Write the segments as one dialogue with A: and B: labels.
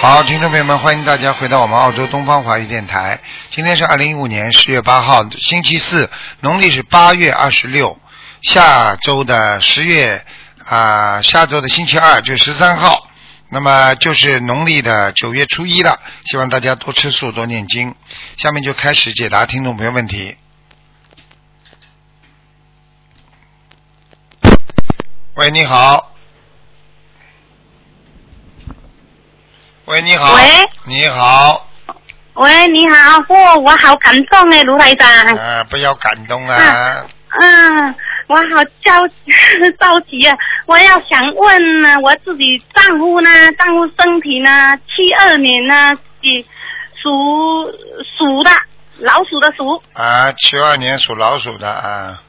A: 好，听众朋友们，欢迎大家回到我们澳洲东方华语电台。今天是二零一五年十月八号，星期四，农历是八月二十六。下周的十月啊、下周的星期二就十三号，那么就是农历的九月初一了。希望大家多吃素，多念经。下面就开始解答听众朋友问题。喂，你好。喂，你好。
B: 喂，
A: 你好，
B: 喂，你好，哇、我好感动哎，卢台长，
A: 啊、不要感动啊！
B: 啊嗯，我好焦着 急啊，我要想问呢，我自己丈夫呢，丈夫身体呢，七二年呢，几属鼠的，老鼠的鼠，
A: 啊，七二年属老鼠的啊，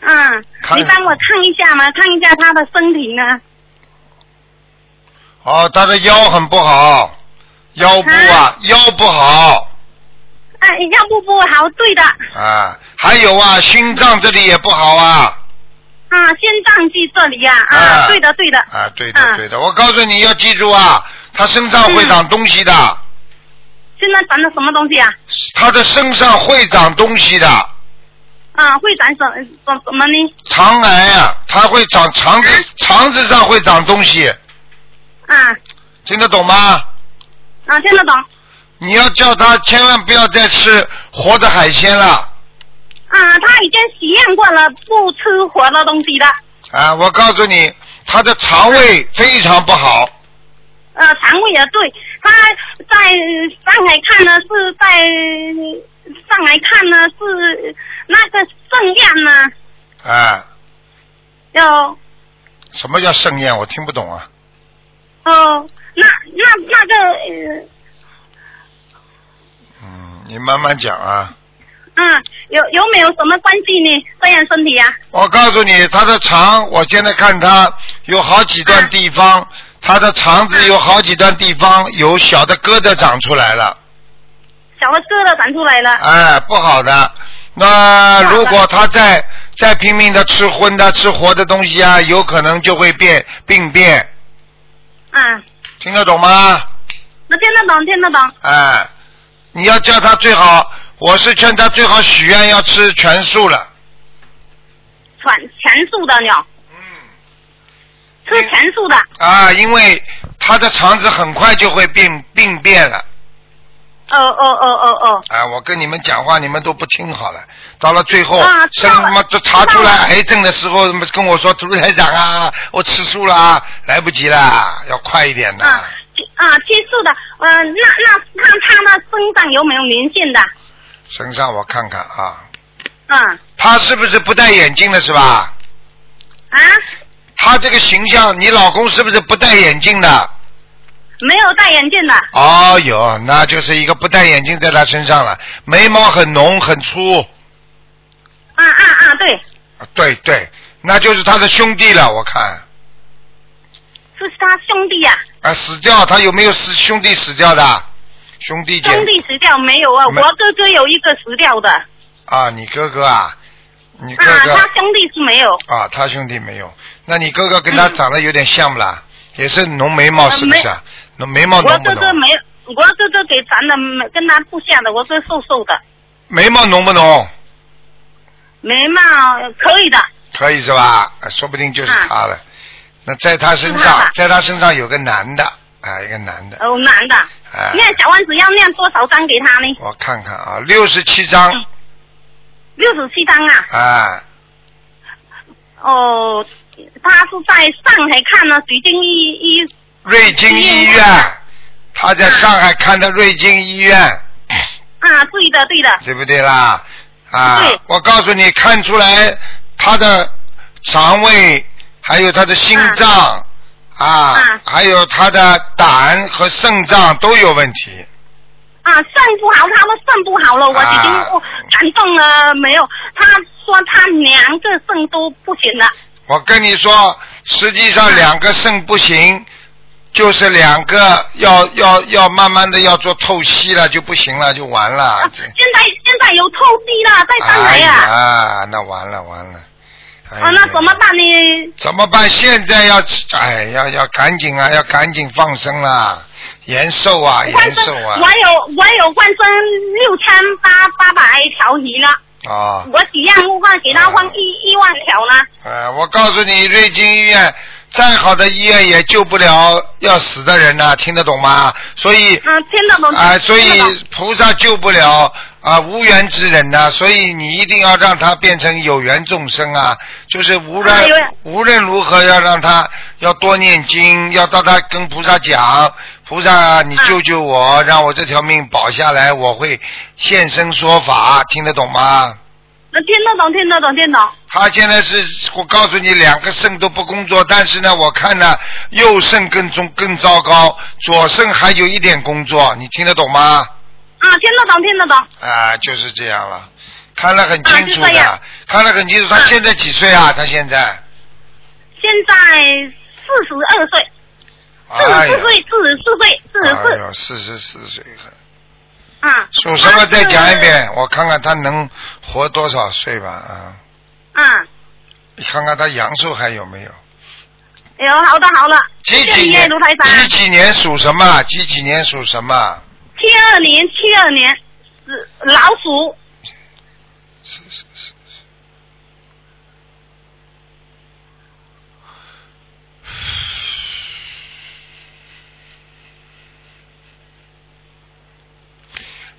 B: 嗯，
A: 看
B: 你帮我看一下嘛，看一下他的身体呢，
A: 哦，他的腰很不好，腰部啊，腰不好
B: 哎，要不不好，对的，
A: 啊，还有啊，心脏这里也不好啊，
B: 啊，心脏系这里呀、啊，
A: 啊
B: 对的对的，
A: 啊，对的
B: 啊
A: 对的，我告诉你要记住啊，他身上会长东西的，
B: 现在长的什么东西啊？
A: 他的身上会长东西的，
B: 啊，会长什什什么呢？
A: 肠癌啊，他会长肠子，肠子上会长东西，
B: 啊
A: 听得懂吗？
B: 啊，听得懂。
A: 你要叫他千万不要再吃活的海鲜了。
B: 啊，他已经习惯过了，不吃活的东西了。
A: 啊，我告诉你，他的肠胃非常不好。
B: 呃，肠胃也对，他在上海看呢，是在上海看呢，是那个盛宴呢，
A: 啊，
B: 要
A: 什么叫盛宴？我听不懂啊。
B: 哦，那那那个
A: 嗯，你慢慢讲啊。
B: 呃，嗯，有有没有什么关系呢？这样身体啊呀、
A: 我告诉你，他的肠，我现在看他有好几段地方，他的肠子有好几段地方有小的疙瘩长出来了，
B: 小的疙瘩长出来了。
A: 哎，不好的。那如果他再再拼命的吃荤的、吃活的东西啊，有可能就会变病变，
B: 啊，
A: 听得懂吗？
B: 那听得懂，听得懂。
A: 哎，你要叫他最好，我是劝他最好许愿要吃全素了。
B: 全全素的了，
A: 嗯。
B: 吃全素的。
A: 啊，因为他的肠子很快就会病病变了。
B: 哦哦哦哦哦。
A: 啊，我跟你们讲话，你们都不听好了。到了最后，
B: 啊知
A: 什
B: 道了
A: 么都查出来癌症的时候，跟我说卢台长啊，我吃素啦，来不及啦，要快一点的。
B: 啊啊，激素的，呃，那那看他的身上有没有明显的？
A: 身上我看看啊，
B: 嗯
A: 他是不是不戴眼镜的是吧？
B: 啊，
A: 他这个形象，你老公是不是不戴眼镜的？
B: 没有戴眼镜的。
A: 哦哟，那就是一个不戴眼镜在他身上了，眉毛很浓很粗，
B: 啊啊啊，对，
A: 啊对对，那就是他的兄弟了。我看
B: 是他兄弟呀、
A: 啊，死掉他有没有死兄弟死掉的？兄弟姐
B: 兄弟死掉没有啊？
A: 没
B: 我哥哥有一个死掉的，啊，
A: 啊，你哥哥啊，你哥哥
B: 他兄弟是没有，
A: 啊他兄弟没有，那你哥哥跟
B: 嗯
A: 他长得有点像不啦？也是浓眉毛是不是啊？浓眉毛
B: 呃我
A: 浓不
B: 哥哥
A: 浓？
B: 没有，我哥哥给咱的没跟他不像的，我哥瘦瘦的，
A: 眉毛浓不浓？
B: 眉毛可以的，
A: 可以是吧？啊说不定就是
B: 啊
A: 他了。那在他身
B: 是他
A: 上
B: 吧，
A: 在他身上有个男的啊，一个男的。
B: 哦，男的，
A: 啊。
B: 念小丸子要念多少张给他呢？
A: 我看看啊，六十七章
B: 嗯六十七张啊。
A: 啊，
B: 哦，他是在上海看呢，水晶医医
A: 瑞金医院，他在上海看的瑞金医院，
B: 啊，对的对的，
A: 对不对啦？啊
B: 对，
A: 我告诉你，看出来他的肠胃，还有他的心脏啊
B: 啊，
A: 还有他的胆和肾脏都有问题。
B: 啊，肾不好，他们肾不好了，我已经、
A: 啊
B: 我感动了没有？他说他两个肾都不行了，
A: 我跟你说，实际上
B: 嗯
A: 两个肾不行，就是两个要要要慢慢的要做透析了，就不行了，就完了。
B: 啊、
A: 这
B: 现在现在有透析了，在上
A: 哎
B: 海啊，
A: 呀，那完了完了。哎呀
B: 啊，那怎么？办呢？
A: 怎么办？现在要哎，要要赶紧啊，要赶紧放生啦！延寿啊，
B: 换
A: 延
B: 成
A: 寿啊
B: 我，有我有换成六千八八百条鱼了，
A: 啊，
B: 我几样物换给他换
A: 啊
B: 一一万条了。
A: 呃，我告诉你，瑞金医院再好的医院也救不了要死的人呐、听得懂吗？所以
B: 嗯，听得懂。
A: 啊、所
B: 听得懂
A: 以菩萨救不了啊无缘之人呐、所以你一定要让他变成有缘众生啊，就是无论、
B: 哎呦
A: 无论如何要让他要多念经，要到他跟菩萨讲，菩萨你救救我，让我这条命保下来，我会现身说法，听得懂吗？
B: 呃听得懂，听得懂，听得懂。
A: 他现在是我告诉你，两个肾都不工作，但是呢，我看呢，右肾更中更糟糕，左肾还有一点工作，你听得懂吗？
B: 啊，听得懂，听得懂。
A: 啊，就是这样了，看得很清楚
B: 啊就这
A: 的，
B: 样
A: 看得很清楚。他
B: 嗯
A: 现在几岁啊？他现在？
B: 现在四十二岁，四
A: 哎
B: 十
A: 呀
B: 四，岁，四十四岁，四十
A: 哎
B: 四。
A: 呦，四十四岁了，
B: 啊。
A: 属什么？
B: 他
A: 再
B: 是
A: 讲一。遍，我看看他能活多少岁吧啊！
B: 啊，
A: 你看看他阳寿还有没有？
B: 有哎好的好了。
A: 几
B: 谢谢
A: 几
B: 你
A: 年
B: 卢台？长。
A: 几几年属什么？几几年属什么？
B: 七二年，七二年，呃老鼠。
A: 是是是。是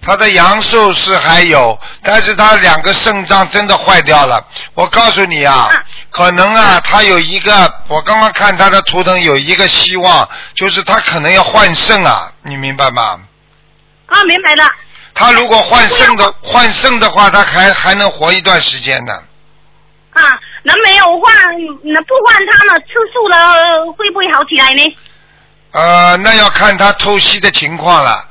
A: 他的阳寿是还有，但是他两个肾脏真的坏掉了。我告诉你啊
B: 嗯，
A: 可能啊，他有一个，我刚刚看他的图腾有一个希望，就是他可能要换肾啊，你明白吗？
B: 啊，明白了。
A: 他如果换肾的换肾的话，他还还能活一段时间呢。
B: 啊，能没有换？能不换它了？吃素了会不会好起来呢？
A: 呃，那要看他透析的情况了，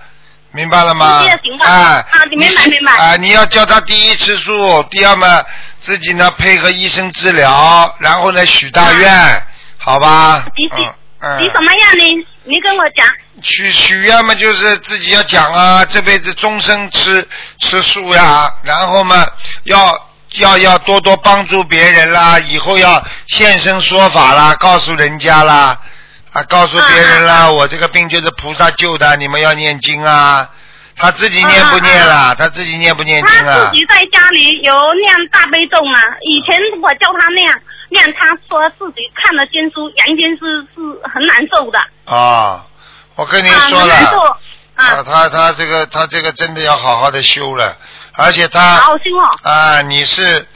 A: 明白了吗？
B: 透析的情况
A: 哎，
B: 啊你明白
A: 你
B: 明白
A: 啊，你要叫他第一吃素，第二嘛自己呢配合医生治疗，然后呢许大愿，
B: 啊
A: 好吧？
B: 许许
A: 嗯嗯，
B: 你什么样呢？你跟我讲。
A: 许许愿嘛，就是自己要讲啊，这辈子终生吃吃素呀，然后嘛，要要要多多帮助别人啦，以后要现身说法啦，告诉人家啦，啊，告诉别人啦，我这个病就是菩萨救的，你们要念经啊。他自己念不念啦？他自己念不念经
B: 他
A: 啊
B: 自？己在家里有念大悲咒啊，以前我教他那样念，他说自己看了经书，阳间是是很难受的，
A: 啊、我跟你
B: 啊，
A: 说
B: 很
A: 了。
B: 难受，
A: 啊，
B: 啊，
A: 他他这个他这个真的要好好的修了，而且他
B: 好凶哦，
A: 啊，你是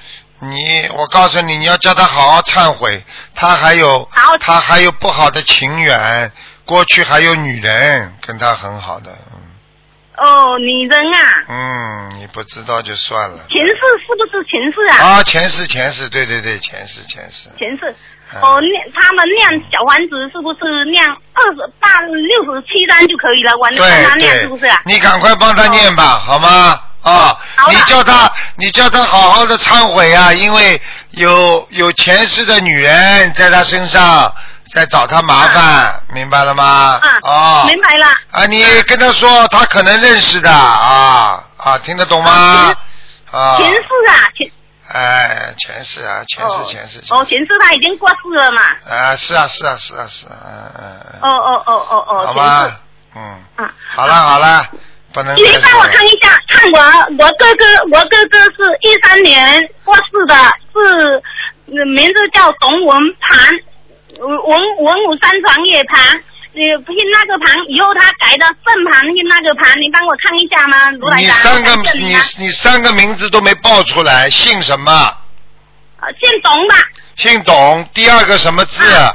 A: 你，我告诉你，你要叫他好好忏悔，他还有
B: 好
A: 他还有不好的情缘，过去还有女人跟他很好的，嗯
B: 哦，女人啊，
A: 嗯，你不知道就算了。
B: 前世是不是前世啊？
A: 啊，前世前世，对对对，前世前世。
B: 前世，
A: 嗯
B: 哦，念他们念小丸子是不是念二十八六十七章就可以了？我让啊他
A: 对
B: 念是不是
A: 对
B: 啊，？
A: 你赶快帮他念吧，好吗？啊，
B: 好
A: 你
B: 的
A: 叫他，你叫他好好的忏悔啊，因为有有前世的女人在他身上在找他麻烦，明白了吗？
B: 啊，
A: 哦，
B: 嗯明白了，
A: 啊，你跟他说，他可能认识的啊啊，听得懂吗？啊，
B: 前世啊，前
A: 哎，前世啊，前世
B: 哦
A: 前世，
B: 哦，前世他已经过世了嘛，
A: 啊，是啊是啊是啊是啊，嗯嗯
B: 哦
A: 嗯，
B: 哦哦哦哦，
A: 好
B: 前世
A: 吧。，嗯，
B: 啊，
A: 好了好了，不能
B: 你
A: 再
B: 帮
A: 说
B: 我
A: 了
B: 看一下，看我我哥哥，我哥哥是一三年过世的，是呃名字叫董文盘，文文文武三床也盘。你拼那个盘，以后他改的正盘拼那个盘，你帮我看一下吗？卢台
A: 你
B: 长，
A: 三个
B: 感谢你
A: 你
B: 啊
A: 你三个名字都没报出来，姓什么？
B: 呃姓董吧。
A: 姓董，第二个什么字？
B: 啊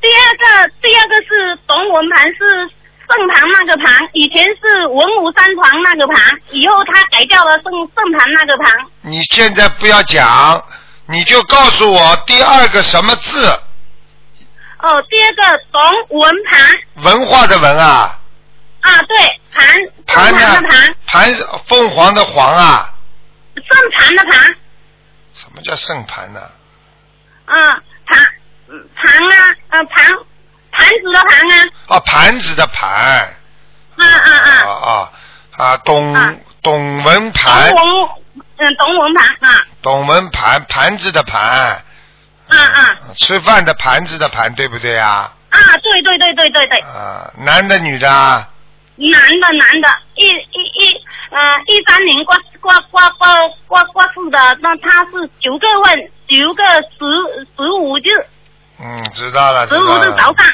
B: 第二个，第二个是董文盘，是正盘那个盘，以前是文武三床那个盘，以后他改掉了正正盘那个盘。
A: 你现在不要讲，你就告诉我第二个什么字？
B: 哦，第二个董文盘。
A: 文化的文啊，
B: 啊，对，盘
A: 盘
B: 正盘
A: 呢
B: 的盘，？
A: 盘凤凰的凰啊？
B: 正盘的盘，
A: 什么叫圣盘呢、
B: 嗯、盘嗯盘啊，呃盘盘子的盘啊，
A: 啊？盘子的盘。
B: 啊啊
A: 啊
B: 啊，
A: 啊啊！董
B: 啊
A: 董文盘
B: 董，文嗯董文盘啊
A: 董文盘，盘子的盘。
B: 啊啊
A: 吃饭的盘子的盘，对不对啊？
B: 啊啊，对对对对对对，
A: 啊、男的女的啊？
B: 男的男的，一一一呃一三年过过过过过过世的，那他是九个问九个十十五日，
A: 嗯，知道了，知
B: 十五
A: 道
B: 日
A: 了。
B: 早上，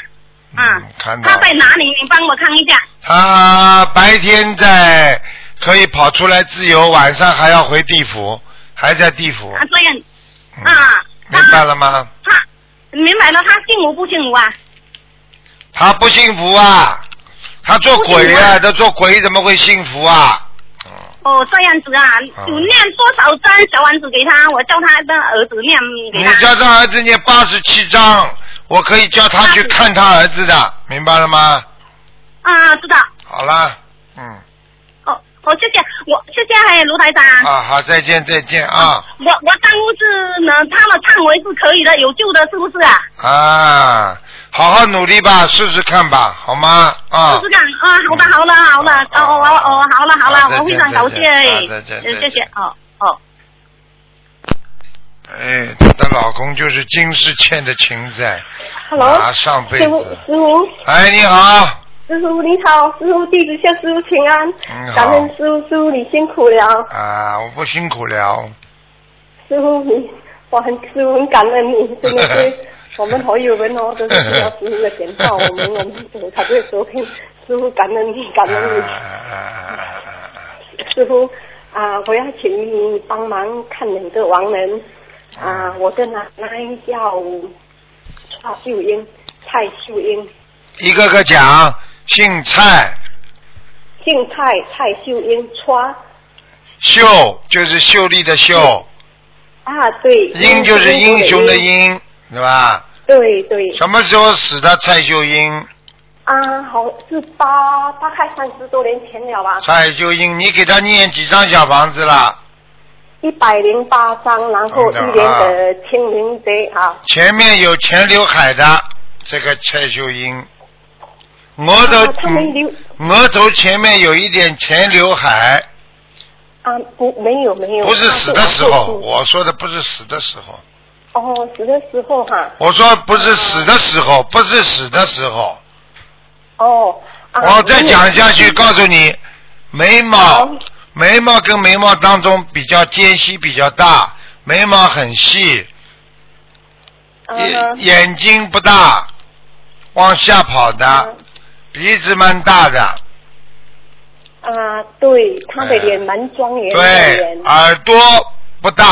B: 啊
A: 嗯，，看到
B: 他
A: 了。
B: 在哪里？你帮我看一下。
A: 他白天在可以跑出来自由，晚上还要回地府，还在地府。
B: 啊，这样
A: 哦嗯
B: 啊，
A: 明白了吗？
B: 他他明白了，他信我不信我啊？
A: 他不幸福啊，他做鬼啊，他做鬼怎么会幸福啊？嗯，
B: 哦，这样子啊，
A: 啊
B: 有念多少张小丸子给他？我叫他的儿子念给
A: 你
B: 他。
A: 叫他儿子念八十七章，我可以叫他去看他儿子的，明白了吗？
B: 啊，知道。
A: 好啦，嗯，
B: 哦，哦，谢谢，我谢谢哎，卢台长。
A: 啊，好，再见，再见啊，
B: 我我当屋子呢，他们忏悔是可以的，有救的，是不是啊？
A: 啊，好好努力吧，试试看吧，好吗？啊，
B: 是不是啊？啊，好的，好了，好了，哦哦哦，好了，好
A: 啊再
B: 了，
A: 见
B: 我非常感谢，
A: 再见啊再见
B: 呃
A: 再
B: 谢谢
A: 见，
B: 哦哦。
A: 哎，她的老公就是金世倩的情债，
C: Hello，
A: 马上被
C: 师傅，
A: 子
C: 师。傅，
A: 哎，你好，
C: 师傅你好，师傅弟子向师傅请安，
A: 嗯
C: 感
A: 好
C: 恩师傅，师傅你辛苦了，
A: 啊，我不辛苦了，
C: 师傅你，我很师傅很感恩你，真 的是我们好友们哦，都是听到师傅的点到，我们我们都才会说听师傅感恩你，感
A: 啊
C: 恩你。
A: 啊啊
C: 师傅啊、我要请你帮忙看两个亡人啊、我的奶奶叫蔡秀英，蔡秀英，
A: 一个个讲，姓蔡，
C: 姓蔡，蔡秀英，川
A: 秀就是秀丽的秀，
C: 啊，对，
A: 英就是英雄的，英，对吧？
C: 对对
A: 什么时候死的蔡秀英？
C: 啊，好是八大概三十多年前了吧，
A: 蔡秀英，你给他念几张小房子了？
C: 一百零八张，然后一年
A: 啊
C: 的清明节啊，
A: 前面有前刘海的这个蔡秀英，额头、
C: 啊，他们留
A: 额头前面有一点前刘海，
C: 啊不没有没有，啊
A: 不是
C: 他
A: 死的时候，
C: 往后
A: 我说的不是死的时候，
C: 哦死的时候哈、
A: 我说不是死的时
C: 啊
A: 候，不是死的时候。
C: 哦，啊、
A: 我再讲下去，告诉你，眉毛
C: 好，
A: 眉毛跟眉毛当中比较间隙比较大，眉毛很细，
C: 嗯
A: 眼眼睛不大，往下跑的
C: 嗯，
A: 鼻子蛮大的，
C: 啊，对，他的脸蛮庄严的
A: 哎对
C: 脸，，
A: 耳朵不大，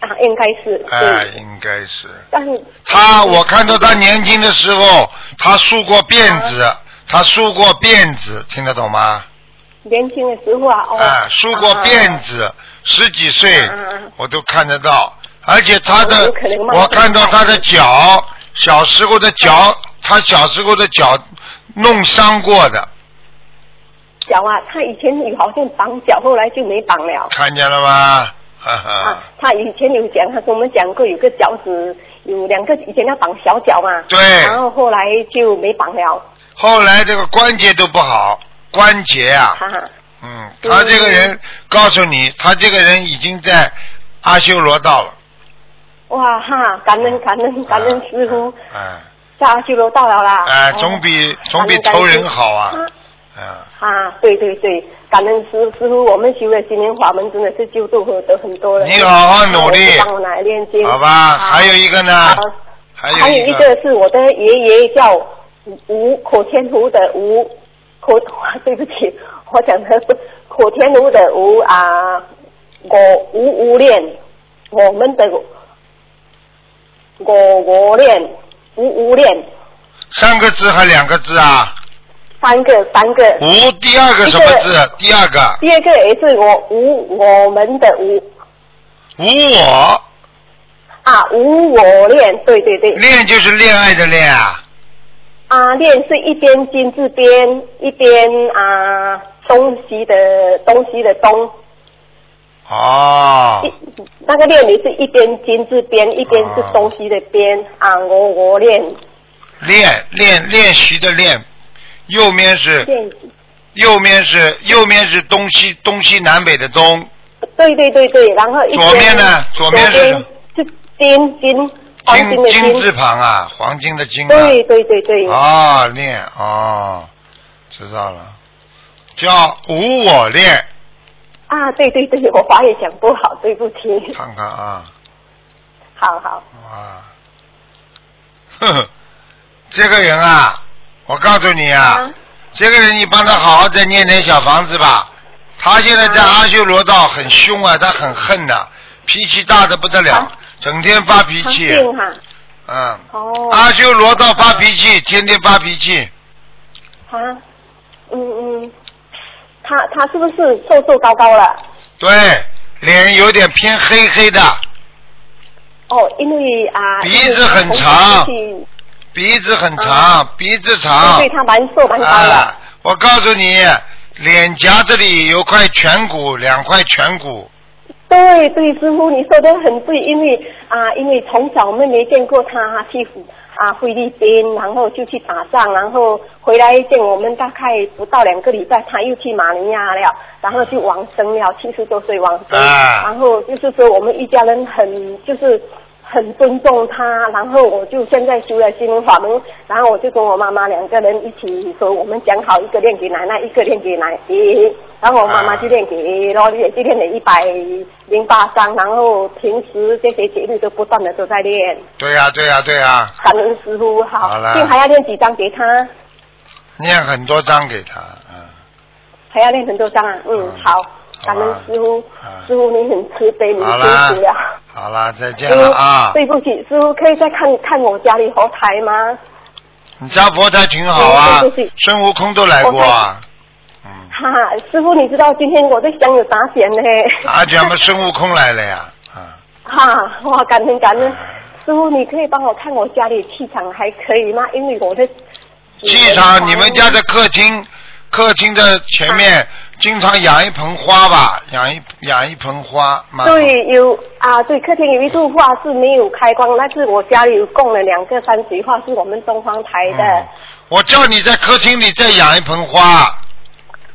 C: 啊，应该是
A: 哎，
C: 对，
A: 应该是
C: 但是
A: 他，我看到他年轻的时候，他梳过辫子，
C: 哦
A: 他梳过辫子，听得懂吗？
C: 年轻的时候啊，哦，
A: 啊，梳过辫
C: 啊，
A: 子，十几岁
C: 嗯嗯嗯
A: 我都看得到，而且他的
C: 有可能慢慢
A: 我看到他的
C: 长
A: 脚，小时候的脚，他小时候的脚弄伤过的，
C: 脚啊，他以前有好像绑脚，后来就没绑了。
A: 看见了吗？哈哈
C: 啊，，他以前有讲，他跟我们讲过，有个脚趾有两个，以前他绑小脚嘛，
A: 对，啊
C: 然后后来就没绑了。
A: 后来这个关节都不好，关节啊，
C: 哈、哈，
A: 嗯，他这个人告诉你，他这个人已经在阿修罗道了，
C: 哇哈，感
A: 啊
C: 恩感恩感恩师傅，
A: 哎
C: 在阿修罗到了啦。
A: 哎，
C: 哦
A: 总比总比
C: 感恩
A: 投人好啊
C: 感恩，
A: 嗯。
C: 啊，对对对，感恩师师傅，我们修了心灵法门，真的是救度和得很多人。
A: 你好好努力
C: 帮我来念经。
A: 好吧，
C: 好
A: 还有一个呢
C: 好，
A: 还
C: 还
A: 有
C: 有
A: 一
C: 一
A: 个，
C: 个是我的爷爷叫吴口天吴的吴口， 对不起，我讲的不口天吴的吴啊，我无无恋，我们的我我恋无无恋，
A: 三个字还两个字啊？
C: 三个三个。
A: 无第二个什么字？第二个
C: 第二个也是我无我们的无
A: 无我，
C: 啊，无我恋，对对对，
A: 恋就是恋爱的恋啊。
C: 啊，恋是一边金字边，一边啊东西的东西的东，
A: 哦
C: 一，那个恋你是一边金字边，一边是东西的边啊，我我恋
A: 练练练习的练，右面是
C: 恋，
A: 右面是右面是东西东西南北的东，
C: 对对对对，然后一边
A: 左面呢左面是
C: 左边是金金黄金
A: 金
C: 的
A: 金字旁啊，黄金的金啊。
C: 对对对对，
A: 哦，念哦，知道了，叫无我恋，
C: 啊，对对对，我华语讲不好，对不起。
A: 看看啊，
C: 好好，
A: 哇，呵呵，这个人啊，我告诉你啊，
C: 啊
A: 这个人你帮他好好再念点小房子吧，他现在在阿修罗道很凶啊，他很恨呐、脾气大的不得了
C: 啊，
A: 整天发脾
C: 常
A: 气，
C: 见哈。
A: 嗯，
C: 哦。
A: 阿修罗道发脾气，天天发脾气，
C: 啊，嗯嗯，他他是不是瘦瘦高高了？
A: 对，脸有点偏黑黑的。
C: 哦，因为啊，
A: 鼻子很长
C: 因为
A: 鼻子很长，
C: 啊
A: 鼻子
C: 他
A: 长
C: 从小就对，他蛮瘦蛮高
A: 啊
C: 的。！
A: 我告诉你，脸颊这里有块颧骨，两块颧骨，
C: 对对，师傅你说的很对，因为啊，因为从小我们没见过他去啊菲律宾，然后就去打仗，然后回来见我们大概不到两个礼拜，他又去马尼亚了，然后就往生了，七十多岁往生。
A: 啊
C: 然后就是说我们一家人很就是很尊重他，然后我就现在修了心灵法门，然后我就跟我妈妈两个人一起说，我们讲好一个练给奶奶，一个练给奶爷，然后我妈妈就练给罗也就练了一百零八张，然后平时这些节律都不断的都在练，
A: 对呀、对呀、对呀、
C: 感恩师傅好，
A: 好啦
C: 就还要练几张给他，
A: 念很多章给他，嗯，
C: 还要练很多张啊，嗯，
A: 嗯
C: 好，
A: 好啊
C: 感恩师傅
A: 啊，
C: 师傅你很慈悲，你
A: 好
C: 辛
A: 啦
C: 苦了。，
A: 好啦，再见
C: 师傅
A: 了啊！
C: 嗯对不起，师傅可以再看看我家里佛台吗？
A: 你家佛台挺好啊
C: 对对对，
A: 孙悟空都来过啊，嗯，
C: 哈、师傅，你知道今天我的香有打点呢。
A: 阿卷嘛，孙悟空来了呀，啊，
C: 哈、哇，感恩感恩。师傅，你可以帮我看我家里气场还可以吗？因为我的
A: 气场，你们家的客厅，客厅的前面
C: 嗯
A: 经常养一盆花吧，养一养一盆花，蛮好
C: 对有啊，对客厅有一束画是没有开光，但是我家里有供了两个山水画，是我们东方台的。
A: 嗯我叫你在客厅里再养一盆花，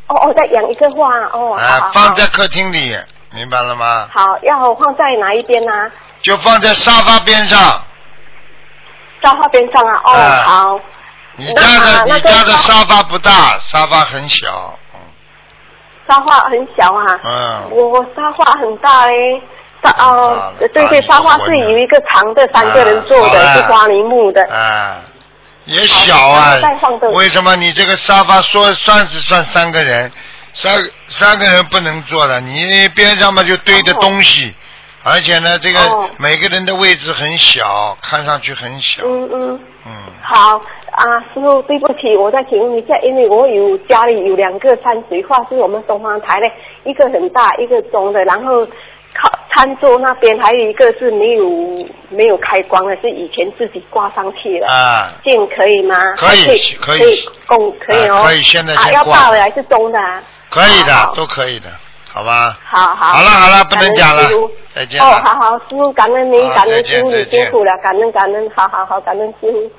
C: 哦哦，再养一个画哦，好好
A: 啊
C: 好，
A: 放在客厅里，明白了吗？
C: 好，要放在哪一边呢、啊？
A: 就放在沙发边上，
C: 照画边上啊，哦，
A: 啊
C: 好。
A: 你家的
C: 嗯那
A: 你
C: 那个
A: 家的
C: 沙
A: 沙发不大，沙发很小，嗯
C: 沙画很小啊，
A: 嗯
C: 我我沙画很大嘞，沙哦
A: 很大了，
C: 对对，
A: 大
C: 沙
A: 了
C: 画是有一个长的，三个人坐的，
A: 啊
C: 是花梨木的，
A: 啊，也小啊
C: 好再放这，里
A: 为什么你这个沙发说算是算三个人，三三个人不能坐的，你边上嘛就堆着
C: 哦
A: 东西，而且呢，这个
C: 哦
A: 每个人的位置很小，看上去很小，
C: 嗯嗯，
A: 嗯，
C: 好啊，师傅，对不起，我再请问一下，因为我有家里有两个山水画是我们东方台的，一个很大，一个中的，然后靠餐桌那边还有一个是没有没有开光的，是以前自己挂上去的。
A: 啊。
C: 这样可以吗？
A: 可以
C: 还
A: 可以
C: 可以供，可以哦。
A: 啊可以现在先
C: 啊，要
A: 挂
C: 大的还是中的啊？
A: 可以的
C: 好，好
A: 都可以的，好吧？
C: 好好，
A: 好了好了，不
C: 感恩
A: 能讲了
C: 师傅，
A: 再见
C: 哦，
A: 了。
C: 好好，师傅感恩您，
A: 好
C: 感
A: 再
C: 恩
A: 见
C: 师傅
A: 再
C: 你
A: 见
C: 辛苦了，感恩感恩，好好好，感恩师傅。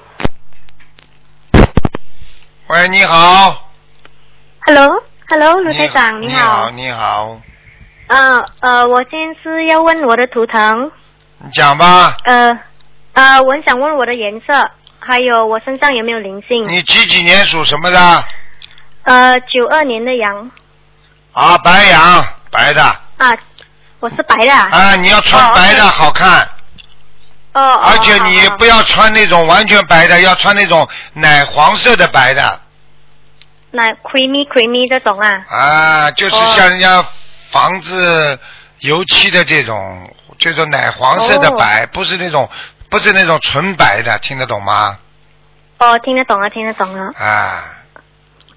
A: 喂，你好，
D: Hello，Hello，卢台长，
A: 你
D: 好。
A: 你好，
D: 嗯呃，我先是要问我的图腾，
A: 你讲吧，
D: 呃呃，我很想问我的颜色，还有我身上有没有灵性？
A: 你几几年属什么的？
D: 呃，九二年的羊
A: 啊，白羊，白的，
D: 啊，我是白的啊。
A: 啊，你要穿白的
D: 哦
A: 好看，
D: 哦哦。
A: 而且
D: 好
A: 你
D: 好
A: 不要穿那种完全白的，要穿那种奶黄色的白的，
D: 那 creamy creamy 这种啊。
A: 啊，就是
D: 哦
A: 像人家房子油漆的这种，这种奶黄色的
D: 哦
A: 白，不是那种不是那种纯白的，听得懂吗？
D: 哦，听得懂啊，听得懂啊。
A: 啊。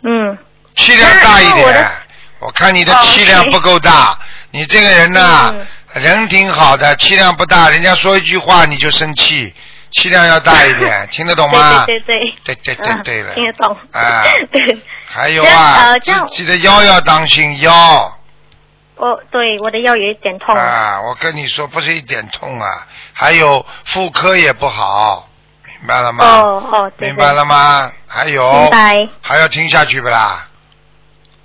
D: 嗯，
A: 气量大一
D: 那我
A: 点
D: 的。
A: 我看你的
D: 哦
A: 气量不够大，你这个人呐，
D: 嗯
A: 人挺好的，气量不大，人家说一句话你就生气，气量要大一点，听得懂吗？
D: 对对
A: 对对
D: 对
A: 对
D: 嗯
A: 对了
D: 听得懂。
A: 啊
D: 对，
A: 还有
D: 这样
A: 啊，
D: 呃这
A: 自
D: 样
A: 己的腰要当心腰
D: 我哦对我的腰有一点痛。
A: 啊！我跟你说，不是一点痛啊，还有妇科也不好，明白了吗？
D: 哦哦，对对
A: 明白。了哦吗？还有
D: 明，白。
A: 还要听下去不啦？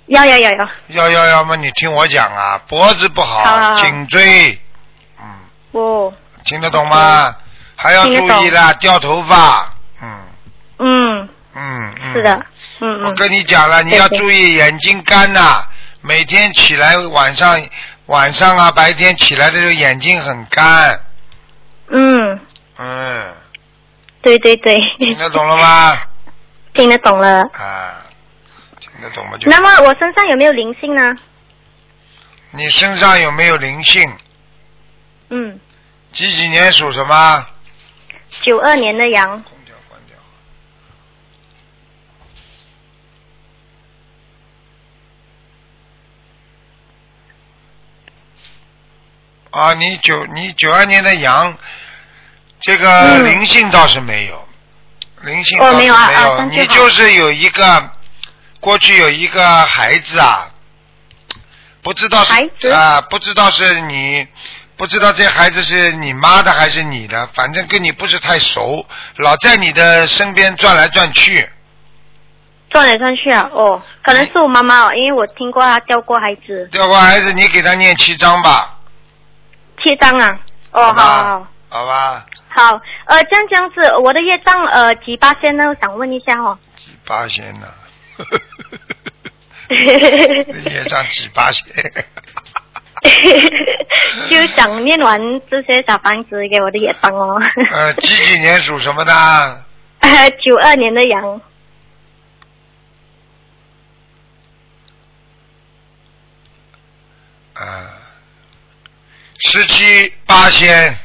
D: 要要要要。
A: 要要要么你听我讲啊，脖子不好，
D: 好好好
A: 颈椎，嗯，
D: 哦。
A: 听得懂吗？还要
B: 嗯听得
A: 注意啦，掉头发。嗯
B: 嗯，
A: 嗯嗯。
B: 是的，嗯
A: 我
B: 嗯，
A: 跟你讲了，你要
B: 对对
A: 注意眼睛干呐、每天起来晚上晚上啊，白天起来的时候眼睛很干，
B: 嗯，
A: 嗯，
B: 对 对对，
A: 听得懂了吗？
B: 听得懂了。
A: 啊，听得懂吗？就
B: 那么我身上有没有灵性呢？
A: 你身上有没有灵性？
B: 嗯，
A: 几几年属什么？
B: 九二年的羊，
A: 空调关掉。啊，你九你九二年的羊，这个
B: 嗯
A: 灵性倒是没有，灵性
B: 哦
A: 倒是
B: 没有啊啊那就
A: 你
B: 好
A: 就是有一个，过去有一个孩子啊，不知道是
B: 孩子
A: 啊、不知道是你，不知道这孩子是你妈的还是你的，反正跟你不是太熟，老在你的身边转来转去。
B: 转来转去啊，哦，可能是我妈妈哦，因为我听过她掉过孩子，
A: 这个孩子，你给他念七章吧，
B: 七张啊，哦，好
A: 吧
B: 好
A: 好吧，
B: 好，呃，这样这样子，我的业障呃几八仙呢？我想问一下哦，
A: 几八仙呢、 业障几八仙？
B: 就想念完这些小房子给我的业障哦，
A: 呃，几几年属什么的？ 啊
B: 九二年的羊，
A: 呃，十七八仙，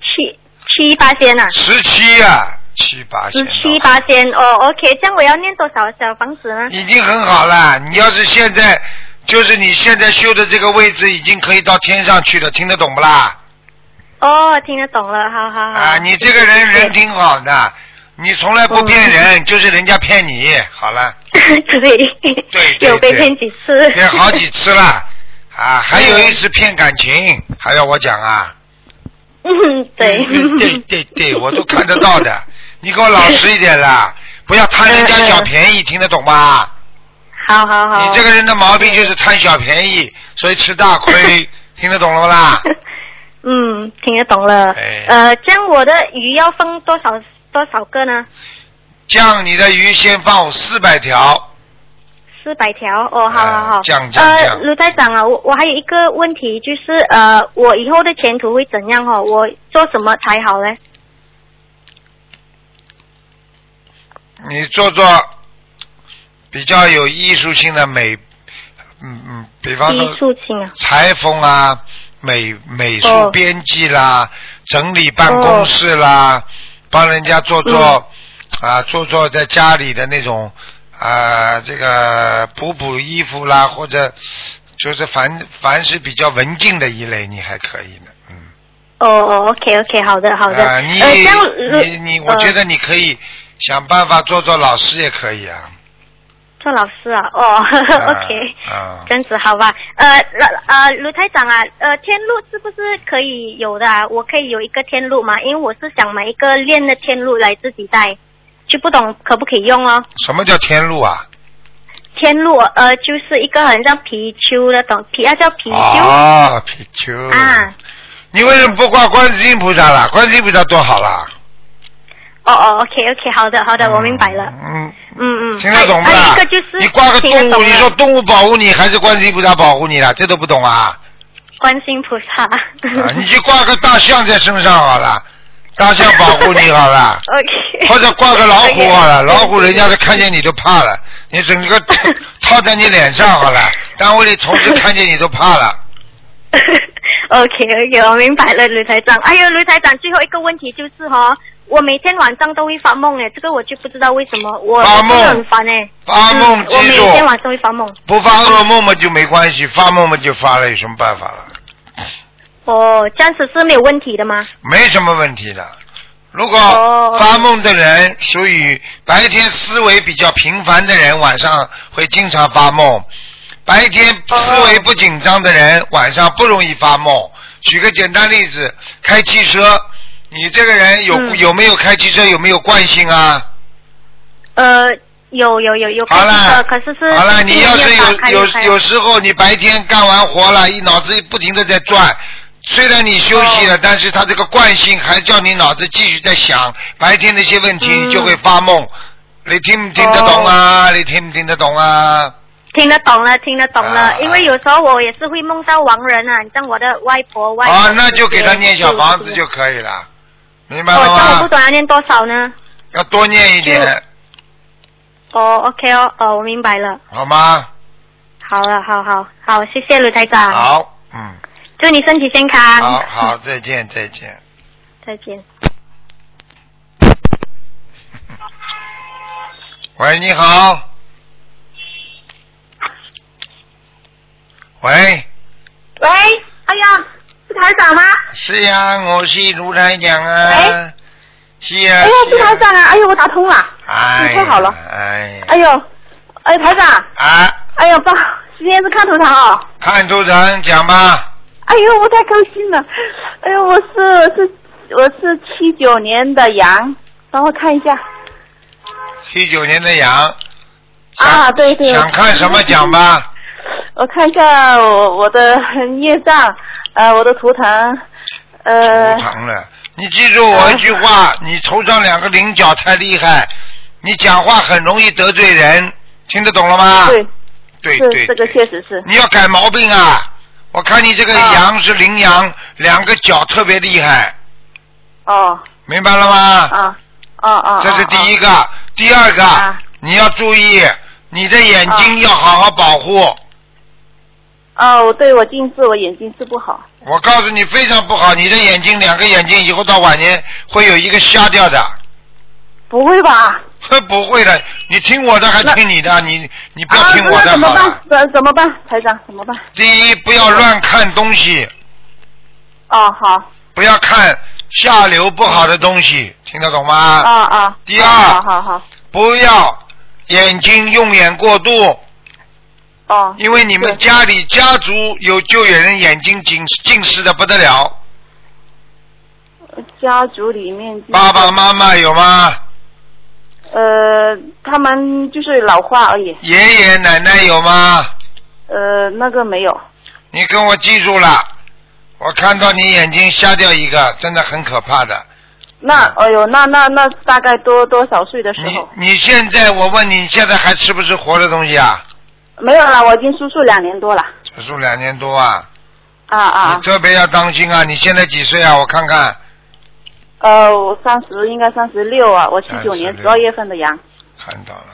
B: 七七八仙啊，
A: 十七啊，七八仙
B: 十
A: 呢，
B: 七八仙哦，OK，这样我要念多少小房子呢？
A: 已经很好了。你要是现在，就是你现在修的这个位置，已经可以到天上去了，听得懂不啦？
B: 哦，听得懂了，好好好。
A: 啊，你这个人人挺好的，你从来不骗
B: 嗯
A: 人，就是人家骗你。好了，
B: 对
A: 对对
B: 有被骗几次？
A: 骗好几次了，啊，还有一次骗感情，还要我讲啊？
B: 嗯，对
A: 嗯 对对对，我都看得到。的。你给我老实一点啦，不要贪人家小便宜，听得懂吗？
B: 好好
E: 哦
B: 好。
A: 你这个人的毛病就是贪小便宜，所以吃大亏，听得懂了不啦？
B: 嗯，听得懂了。
A: 哎
B: 呃，这样我的鱼要分多少多少个呢？
A: 酱你的鱼先放四百条，
B: 四百条哦，好好好。
A: 啊这样这样这
B: 呃，
A: 样
B: 卢台长啊，我我还有一个问题，就是呃，我以后的前途会怎样哦？我做什么才好嘞？
A: 你做做比较有艺术性的美，嗯嗯，比方
B: 艺
A: 说
B: 术性啊，
A: 裁缝啊，美美术
B: 哦
A: 编辑啦，整理办公室啦，
B: 哦
A: 帮人家做做、
B: 嗯
A: 啊，做做在家里的那种啊，这个补补衣服啦，或者就是凡凡是比较文静的一类，你还可以呢，嗯。
B: 哦哦，OK OK，好的好的。
A: 啊，你、
B: 呃，这样如
A: 你你，我觉
B: 呃
A: 得你可以想办法做做老师也可以啊。
B: 做老师啊，哦 ，OK，
A: 啊。
B: 这样子好吧？呃，老呃，卢台长啊，呃，天路是不是可以有的、啊？我可以有一个天路吗？因为我是想买一个练的天路来自己带，就不懂可不可以用哦。
A: 什么叫天路啊？
B: 天路呃，就是一个很像貔貅的东貔啊叫貔貅、
A: 啊，貔貅。
B: 啊。
A: 你为什么不挂观世音菩萨啦？观世音菩萨多好啦。
B: 哦哦，OK OK，好的好的，我明白了。
A: 嗯，
B: 嗯嗯，
A: 听得懂不
B: 还还
A: 啦
B: 有一个就是
A: 你挂个
B: 听得
A: 动物，
B: 懂
A: 你
B: 了
A: 说动物保护你还是观世音菩萨保护你啦？这都不懂 啊？
B: 观世音菩萨。
A: 啊你就挂个大象在身上好了，大象保护你好 了。
B: OK。
A: 或者挂个老虎好 了，
B: OK
A: 老虎人家都看见你都怕了，你整 个套套在你脸上好了，单位里同事看见你都怕了。
B: 嗯 OK OK，我明白了，卢台长。还有卢台长，最后一个问题就是哈、我每天晚上都会发梦哎，这个我就不知道为什么，我
A: 发
B: 真
A: 梦
B: 的很烦哎。
A: 发梦
B: 嗯我
A: 记
B: 每
A: 住，
B: 天晚上会发梦。
A: 不发噩梦嘛就没关系，发梦嘛就发了，有什么办法了？
B: 哦，这样子是没有问题的吗？
A: 没什么问题的。如果
B: 哦
A: 发梦的人属于白天思维比较频繁的人，晚上会经常发梦；白天思维不紧张的人，晚上不容易发梦。举个简单例子，开汽车，你这个人有、
B: 嗯
A: 有没有开汽车有没有惯性啊？
B: 呃，有有有有
A: 好
B: 开
A: 了，
B: 机的可是是
A: 好了，你要是
B: 没办法开
A: 有有
B: 开
A: 有时候你白天干完活了，一脑子不停的在转，虽然你休息
B: 哦
A: 了，但是他这个惯性还叫你脑子继续在想白天那些问题，你就会发
B: 嗯
A: 梦。你听不听得懂
B: 哦
A: 啊？你听不听得懂啊？
B: 听得懂了，听得懂了，
A: 啊
B: 因为有时候我也是会梦到亡人啊，像我的外婆、外
A: 啊，
B: 公
A: 那就给他念小房子
B: 这些
A: 就可以了，明白
B: 哦，
A: 了
B: 那我不
A: 吗？
B: 懂要念多少呢？
E: 啊
A: 要多念一点，
B: 哦，OK 哦，哦，我明白了，
A: 好吗？
B: 好了，好好好，谢谢卢台长，
A: 好，嗯，
B: 祝你身体健康，
A: 好好，再见，再见。
B: 再见。
A: 喂，你好。喂，
E: 喂，哎呀，是台长吗？
A: 是呀，我是卢台长啊
E: 喂。
A: 是呀。
E: 哎呀，
A: 是
E: 是
A: 呀
E: 台长。啊！哎呦，我打通了，
A: 哎呀。
E: 你太好了
A: 哎呀。
E: 哎呦，哎，台长，
A: 啊，
E: 哎呀，爸，今天是看头堂哦。
A: 看图腾讲吧。
E: 哎呦，我太高兴了！哎呦，我是是我是七九年的羊，帮我看一下
A: 七九年的羊。
E: 啊，
A: 想
E: 对对，
A: 想看什么讲吧？
E: 我看一下我我的业障，呃，我的图腾，呃啊
A: 头，疼了。你记住我一句话，你头上两个菱角太厉害，你讲话很容易得罪人，听得懂了吗？
E: 对，
A: 对对
E: 是这个
A: 对
E: 确实是，
A: 你要改毛病啊！我看你这个
E: 啊
A: 羊是羚羊，两个角特别厉害，
E: 哦，
A: 明白了吗？
E: 啊，哦哦，
A: 这是第
E: 一，
A: 一个，第二个、
E: 啊
A: 你要注意你的眼睛要好好保护。
E: 啊哦，对我近视，我眼睛视不好，
A: 我告诉你，非常不好，你的眼睛两个眼睛以后到晚年会有一个瞎掉的。
E: 不会吧？
A: 呵，不会的，你听我的还听你的，你你不要
E: 啊，
A: 听我
E: 那
A: 的
E: 怎
A: 好
E: 么
A: 了
E: 办？。怎怎么办，台长怎么办？
A: 第一，不要乱看东西，
E: 哦，好，
A: 不要看下流不好的东西，听得懂吗？
E: 啊啊，
A: 第二
E: 好好好，
A: 不要眼睛用眼过度，
E: 哦，
A: 因为你们
E: 对
A: 家里家族有就有人眼睛近近视的不得了，
E: 家族里面就是
A: 爸爸妈妈有吗？
E: 呃，他们就是老化而已，
A: 爷爷奶奶有吗？
E: 呃，那个没有。
A: 你跟我记住了，我看到你眼睛瞎掉一个，真的很可怕的。
E: 那哎呦，那那那大概多多少岁的时
A: 你
E: 候？
A: 你现在我问你，你现在还吃不吃活的东西啊？
E: 没有了，我已经叔叔两年多了。
A: 手术两年多啊，
E: 啊啊
A: 你，特别要当心啊！你现在几岁啊？我看看，
E: 呃，我三十应该三十六啊，我七九年
A: 36
E: 十二月份的羊。
A: 看到了。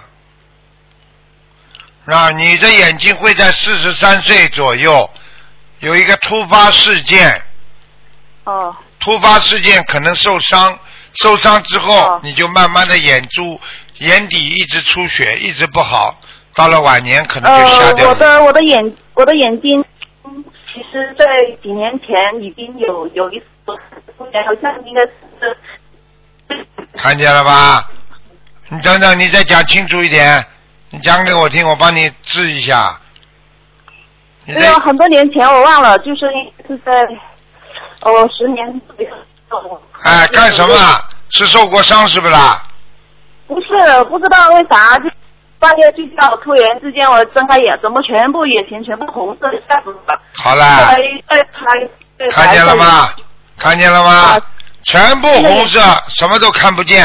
A: 那你的眼睛会在四十三岁左右有一个突发事件，
E: 哦
A: 突发事件可能受伤，受伤之后、
E: 哦
A: 你就慢慢的眼珠、眼底一直出血，一直不好，到了晚年可能就瞎
E: 呃，
A: 掉
E: 我
A: 了。
E: 的我的眼我的眼睛，其实在几年前已经有有一次，好像应该是
A: 嗯看见了吧？你等等，你再讲清楚一点，你讲给我听，我帮你治一下。你
E: 对
A: 的
E: 呀，很多年前我忘了，就是是在哦十年左右。
A: 哎干什么？啊？是受过伤是不啦？
E: 不是不知道为啥，就半夜睡觉，突然之间我睁开眼，怎么全部眼前全部红色，吓死我了。
A: 好
E: 后
A: 啦
E: 来，再拍，再拍
A: 啊看见了吗？看见了吗
E: 啊？
A: 全部红色，什么都看不见。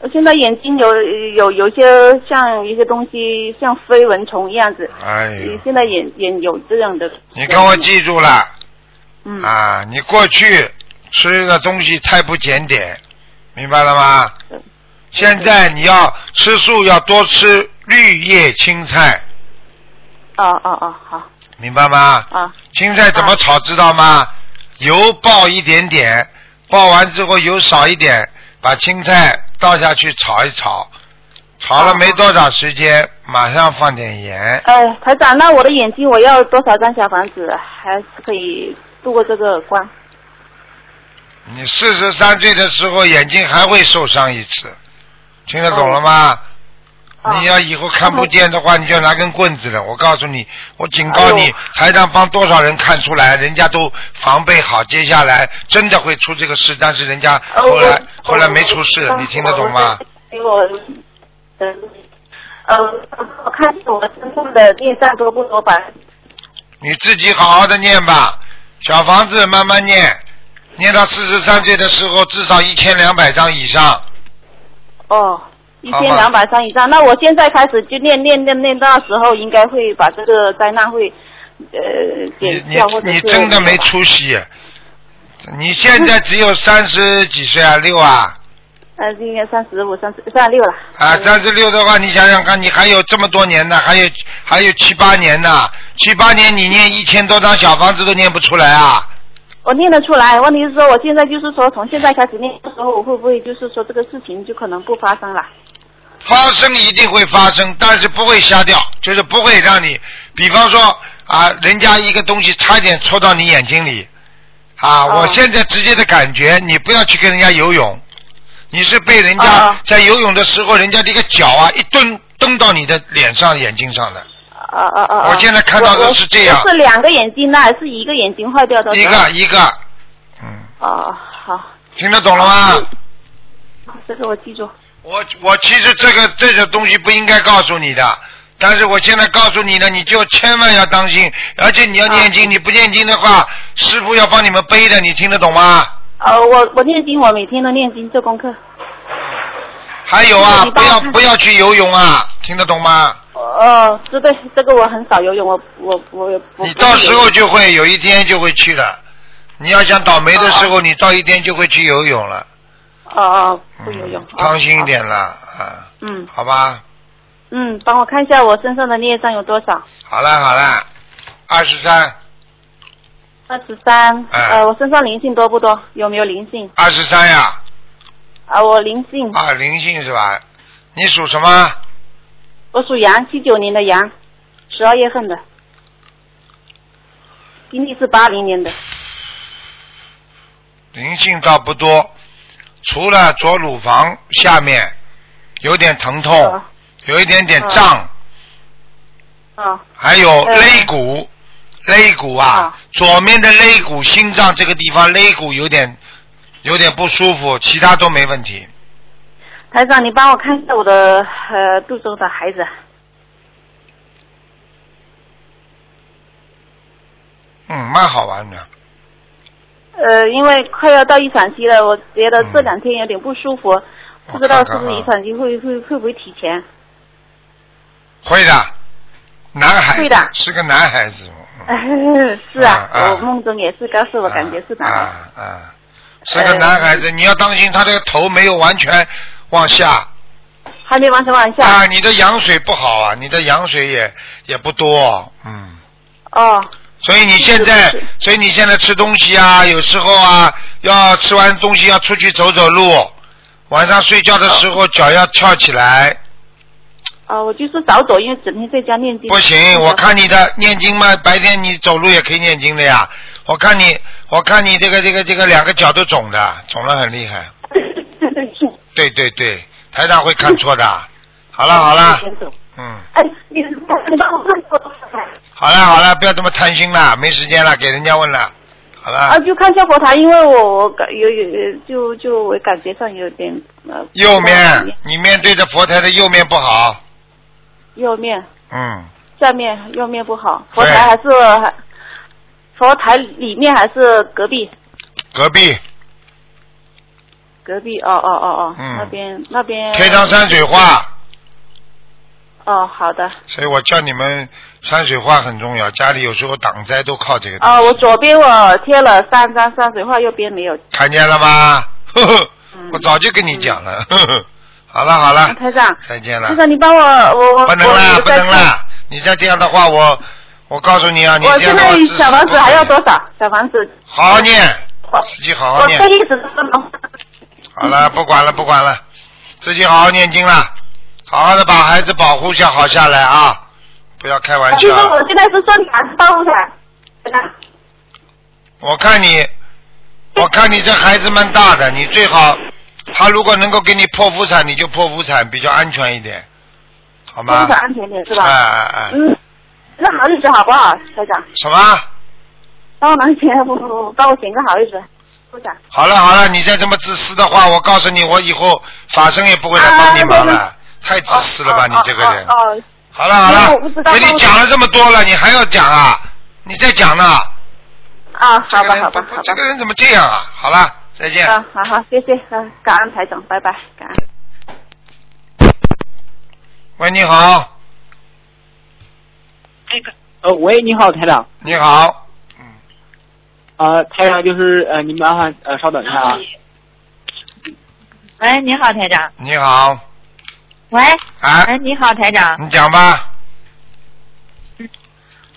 E: 我现在眼睛有有有一些像一些东西，像飞蚊虫一样子。
A: 哎呦，
E: 现在眼眼有这样的。
A: 你跟我。记住了
E: 嗯。
A: 啊！你过去吃的东西太不检点，明白了吗
E: 嗯？
A: 现在你要吃素，要多吃绿叶青菜，
E: 哦哦哦，好
A: 明白吗？
E: 啊
A: 青菜怎么炒知道吗？油爆一点点，爆完之后油少一点，把青菜倒下去炒一炒，炒了没多少时间，马上放点盐。
E: 哎，台长，那我的眼睛我要多少张小房子，还是可以度过这个关？
A: 你四十三岁的时候眼睛还会受伤一次，听得懂了吗？
E: 啊
A: 你要以后看不见的话，你就拿根棍子了。我告诉你，我警告
E: 哎
A: 你
E: 呦，
A: 台上帮多少人看出来，人家都防备好，接下来真的会出这个事，但是人家
E: 哦
A: 后来
E: 我
A: 后来没出事，
E: 我
A: 你听得懂吗？
E: 我呃呃，我看我身上的孽障多不多吧？
A: 你自己好好的念吧，小房子慢慢念，念到四十三岁的时候，至少一千两百张以上。
E: 哦，一
A: 好
E: 千
A: 吧
E: 两百张以上。那我现在开始就念念念念，到时候应该会把这个灾难会呃
A: 你
E: 减
A: 你
E: 掉，或者
A: 你
E: 是
A: 真的没
E: 那个吧
A: 出息，你现在只有三十几岁啊，六啊
E: 呃，今年三十五、三十三十六了。
A: 啊，三十六的话，你想想看，你还有这么多年呢，还有还有七八年呢，七八年你念一千多张小房子都念不出来啊。
E: 我念得出来，问题是说我现在就是说从现在开始念的时候，我会不会就是说这个事情就可能不发生了？
A: 发生一定会发生，但是不会瞎掉，就是不会让你，比方说啊，人家一个东西差一点戳到你眼睛里，啊，
E: 哦
A: 我现在直接的感觉，你不要去跟人家游泳，你是被人
E: 哦
A: 家
E: 哦
A: 在游泳的时候，人家的一个脚啊一蹬蹬到你的脸上、眼睛上的，
E: 啊啊啊！啊
A: 我现在看到的是这样
E: 我我是两个眼睛呢，还是一个眼睛坏掉的？
A: 一个。一个，嗯，
E: 哦，好，
A: 听得懂了
E: 哦
A: 吗？
E: 这个我记住。
A: 我我其实这个这个东西不应该告诉你的，但是我现在告诉你了，你就千万要当心，而且你要念
E: 啊
A: 经，你不念经的话，师傅要帮你们背的，你听得懂吗？
E: 呃，我我念经，我每天都念经做功课。
A: 还有啊，
E: 你
A: 不
E: 帮
A: 要
E: 他
A: 不要去游泳啊，听得懂吗？
E: 哦，这对这个我很少游泳，我我我我。我
A: 你到时候就会有一天就会去了。你要想倒霉的时候，你到一天就会去游泳了，
E: 哦哦，不游泳
A: 嗯。
E: 哦
A: 当心一。点啦，啊，
E: 好嗯
A: 好吧，
E: 嗯，帮我看一下我身上的孽障有多少？
A: 好了好了，二十三，
E: 二十三。
A: 哎
E: 呃，我身上灵性多不多？有没有灵性？
A: 二十三呀，
E: 啊，我灵性，
A: 啊，灵性是吧？你属什么？
E: 我属羊，七九年的羊，十二月份的，阴历是八零年的。
A: 灵性倒不多，除了左乳房下面有点疼痛，
E: 哦
A: 有一点点胀，
E: 嗯哦
A: 还有
E: 嗯
A: 肋骨，肋骨啊，
E: 哦
A: 左面的肋骨、心脏这个地方肋骨有点有点不舒服，其他都没问题。
E: 台长，你帮我看一下我的呃肚中的孩子。
A: 嗯，蛮好玩的。
E: 呃，因为快要到预产期了，我觉得这两天有点不舒服，不知道是不是
A: 嗯我看
E: 预
A: 看啊
E: 产期会会会不会提前？
A: 会的，男孩子
E: 会的
A: 是个男孩子。嗯
E: 是啊，
A: 啊啊
E: 我梦中也是告诉我，感觉是呃男的。
A: 啊啊，是个男孩子，你要当心他这个头没有完全往下。
E: 还没完全往下。
A: 啊，你的羊水不好啊，你的羊水也也不多，嗯，
E: 哦
A: 所以你现在
E: 是是，
A: 所以你现在吃东西啊，有时候啊，要吃完东西要出去走走路，晚上睡觉的时候脚要翘起来，
E: 哦，我就是少走，因为整天在家念经。
A: 不行，
E: 嗯
A: 我 看啊你的念经嘛，白天你走路也可以念经的呀，我看你，我看你这个这个这个两个脚都肿的，肿得很厉害，对对对，台长会看错的，好了好了，嗯。
C: 哎，你你帮我看多少台？
A: 好了好了，不要这么贪心了，没时间了，给人家问了。好了，
E: 啊，就看一下佛台，因为我我感有有有就就我感觉上有点呃。
A: 右面，你面对着佛台的右面不好。
E: 右面，
A: 嗯，
E: 下面右面不好，
A: 对
E: 佛台还是还佛台里面还是隔壁
A: 隔壁
E: 啊隔壁哦哦哦哦，
A: 嗯
E: 那边那边
A: 贴张山水画，
E: 哦好的
A: 所以我叫你们山水画很重要，家里有时候挡灾都靠这个东西。
E: 哦，我左边我贴了三张山水画，右边没有。
A: 看见了吗？呵呵，
E: 嗯
A: 我早就跟你讲了。呵呵，好了好了，
E: 台长，
A: 再见啊了
E: 台。长你帮我我我
A: 不能
E: 我
A: 啦，
E: 我
A: 不能啦！你再这样的话，我我告诉你啊，你
E: 我
A: 这样
E: 现
A: 的
E: 在
A: 话自私
E: 小房
A: 不
E: 子
A: 可
E: 还要
A: 以
E: 多少？小房子，
A: 好好念，
E: 我
A: 自己好好
E: 我
A: 念。
E: 这一直都忙。
A: 好
E: 嗯
A: 了，不管了，不管了，自己好好念经了，好好的把孩子保护下好下来啊！不要开玩
E: 其实
A: 笑
E: 啊我，现在是算打包的，啊
A: 我看你，我看你这孩子蛮大的，你最好，他如果能够给你剖腹产，你就剖腹产比较安全一点，好
E: 多
A: 吗
E: 少？安全点是
A: 哎
E: 吧？
A: 哎哎，
E: 嗯，那好日子好不好，台长？
A: 什么？
E: 帮我拿钱，不不不，帮我选个好日子，部长。
A: 好了好了，你再这么自私的话，我告诉你，我以后法生也不会来帮你忙
E: 啊
A: 了，太自私了吧，你这个人
E: 哦。哦
A: 好了好
E: 因为
A: 了
E: 我不知，道
A: 给你
E: 当时
A: 讲了这么多了，你还要讲啊？你再讲呢？
E: 哦啊，
A: 这
E: 好
A: 个
E: 吧，
A: 人
E: 好吧，
A: 不
E: 好
A: 这
E: 吧
A: 个。人怎么这样啊？好了，再见。
E: 啊，好好，谢谢，嗯，感恩台长，拜拜，感恩。
A: 喂，你好，
F: 呃，喂，你好，台长。
A: 你好，
F: 呃，台长就是呃，您麻烦呃稍等一下啊。
G: 喂，你好，台长。
A: 你好，
G: 喂，
A: 啊，
G: 哎，你好，台长。
A: 你讲吧。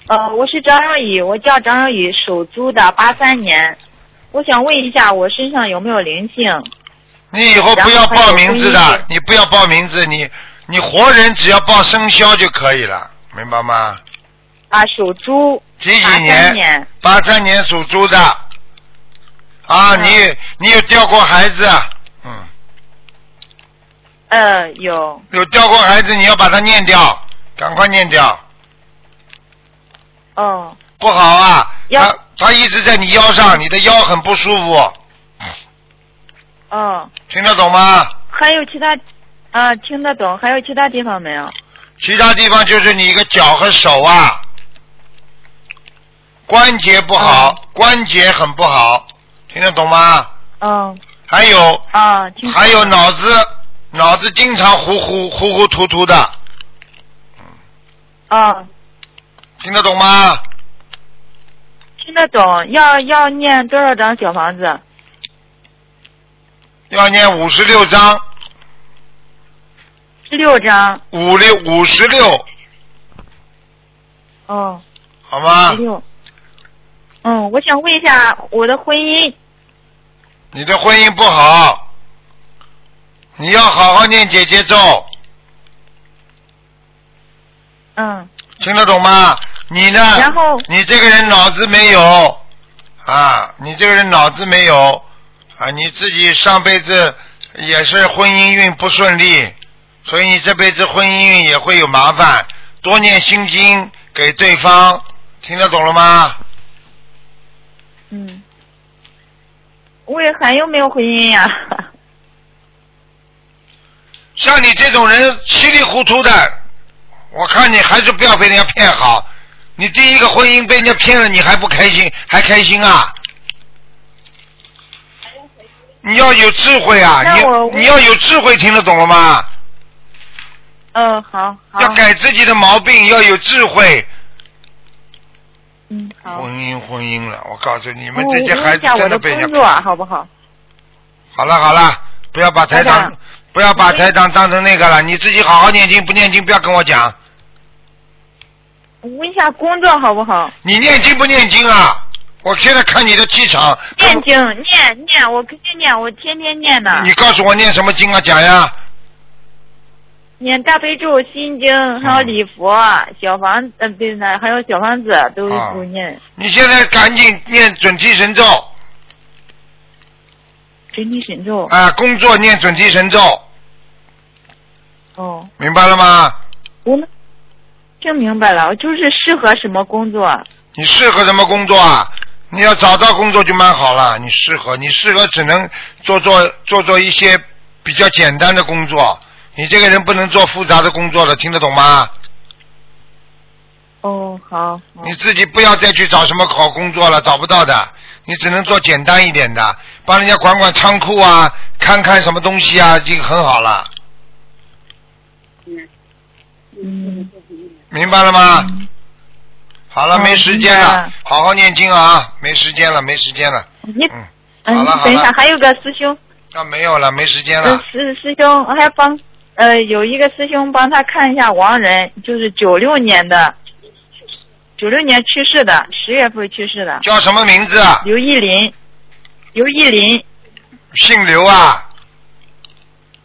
G: 呃，我是张若雨，我叫张若雨，属猪的，八三年。我想问一下，我身上有没有灵性？
A: 你以后不要报名字
G: 然后还有
A: 的，你不要报名字，你你活人只要报生肖就可以了，明白吗？
G: 啊，属猪，
A: 几几
G: 八三年。
A: 八三年属猪的。啊，
G: 嗯
A: 你你有掉过孩子？啊？嗯，
G: 呃，有
A: 有掉过孩子，你要把它念掉，赶快念掉，
G: 哦，
A: 不好啊。
G: 要
A: 它它一直在你腰上，你的腰很不舒服，
G: 哦，
A: 听得懂吗？
G: 还有其他啊，听得懂？还有其他地方没有？
A: 其他地方就是你一个脚和手啊，关节不好，关节很不好，听得懂吗？
G: 嗯
A: 还有
G: 啊，听
A: 还有脑子，脑子经常糊糊糊糊涂涂的，
G: 啊，
A: 听得懂吗？
G: 听得懂？要要念多少张小房子？
A: 要念五十六章，
G: 十六张。
A: 五六五十六，
G: 哦。
A: 好吗
G: 十？六。嗯，我想问一下我的婚姻，
A: 你的婚姻不好，你要好好念姐姐咒，
G: 嗯，
A: 听得懂吗？你呢？
G: 然后
A: 你这个人脑子没有啊，你这个人脑子没有啊，你自己上辈子也是婚姻运不顺利，所以你这辈子婚姻运也会有麻烦。多念心经给对方，听得懂了吗？
G: 嗯，魏涵有没有婚姻呀、
A: 像你这种人稀里糊涂的，我看你还是不要被人家骗好。你第一个婚姻被人家骗了，你还不开心，还开心啊？你要有智慧啊！
G: 那我
A: 你你要有智慧，听得懂了吗？
G: 嗯，好好
A: 要，改自己的毛病，要有智慧。
G: 嗯好。
A: 婚姻婚姻了，我告诉你你
G: 我
A: 们这些孩
G: 问一
A: 子
G: 下我
A: 真
G: 的
A: 被人家
G: 工
A: 骗
G: 作。好不好？
A: 好了好了，不要把台
G: 台
A: 长
G: 长
A: 不要把台长当成那个了，你自己好好念经，不念经不要跟我讲。
G: 我问一下工作好不好？
A: 你念经不念经啊？我现在看你的气场，
G: 念经念念，我肯定念，我天天念
B: 啊
G: 呢，
A: 你告诉我念什么经啊？讲呀，
G: 念大悲咒、心经，还有礼佛、
A: 嗯
G: 小房，呃，对呢，还有小房子都
A: 啊
G: 都念。
A: 你现在赶紧念准提神咒
G: 真理神咒，
A: 啊，工作念准提神咒，
G: 哦，
A: 明白了吗？
G: 我们听明白了，就是适合什么工作？
A: 你适合什么工作啊？你要找到工作就蛮好了，你适合，你适合只能做做做做一些比较简单的工作，你这个人不能做复杂的工作了，听得懂吗？
G: 哦，好，好
A: 你自己不要再去找什么好工作了，找不到的，你只能做简单一点的，帮人家管管仓库啊，看看什么东西啊，已经很好了，
G: 嗯，
A: 明白了吗？好了，
G: 嗯
A: 没时间
G: 明白
A: 了
G: 了，
A: 好好念经啊，没时间了，没时间了，
G: 你
A: 嗯，
G: 嗯
A: 好了，好
G: 等一下
A: 了，，
G: 还有个师兄，
A: 那没有了，没时间
G: 呃
A: 了，，
G: 师师兄还帮呃有一个师兄帮他看一下亡人，就是九六年的，九六年去世的，十月份去世的
A: 叫什么名字啊？
G: 刘义林，刘义林
A: 姓刘啊，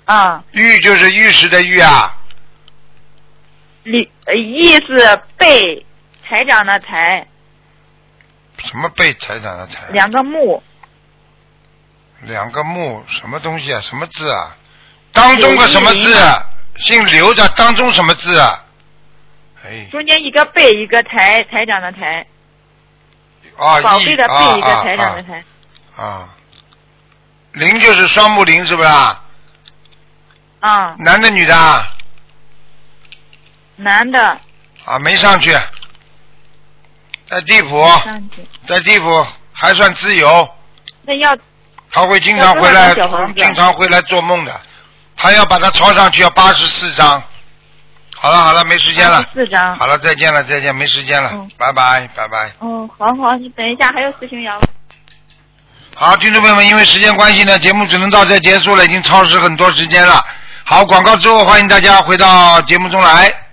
G: 啊，
A: 玉就是玉石的玉啊，
G: 李呃义是被台长的台，
A: 什么被财长的财？
G: 两个木，
A: 两个木什么东西啊？什么字啊？当中个什么
G: 柳
A: 字
G: 一林？
A: 姓刘的当中什么字啊？哎，
G: 中间一个被一个台，台长的台，
A: 啊，
G: 宝
A: 一
G: 贝的
A: 啊
G: 贝一个台长的台，
A: 啊啊啊林就是双木林是不是啊？
G: 啊，
A: 男的女的啊？
G: 男的
A: 啊，没上去，在地府，
G: 上去。
A: 在地府还算自由。
G: 那要
A: 他会经常回来
G: 要多少张小房，子啊
A: 经常回来做梦的。他要把它抄上去，要八十四张。好了好了，没时间了。
G: 四张。
A: 好了，再见了再见，没时间了，
G: 嗯
A: 拜拜拜拜。
G: 嗯，好好，你等一下，还有师兄要。
A: 好，听众朋友们，因为时间关系呢，节目只能到这结束了，已经超时很多时间了。好，广告之后，欢迎大家回到节目中来。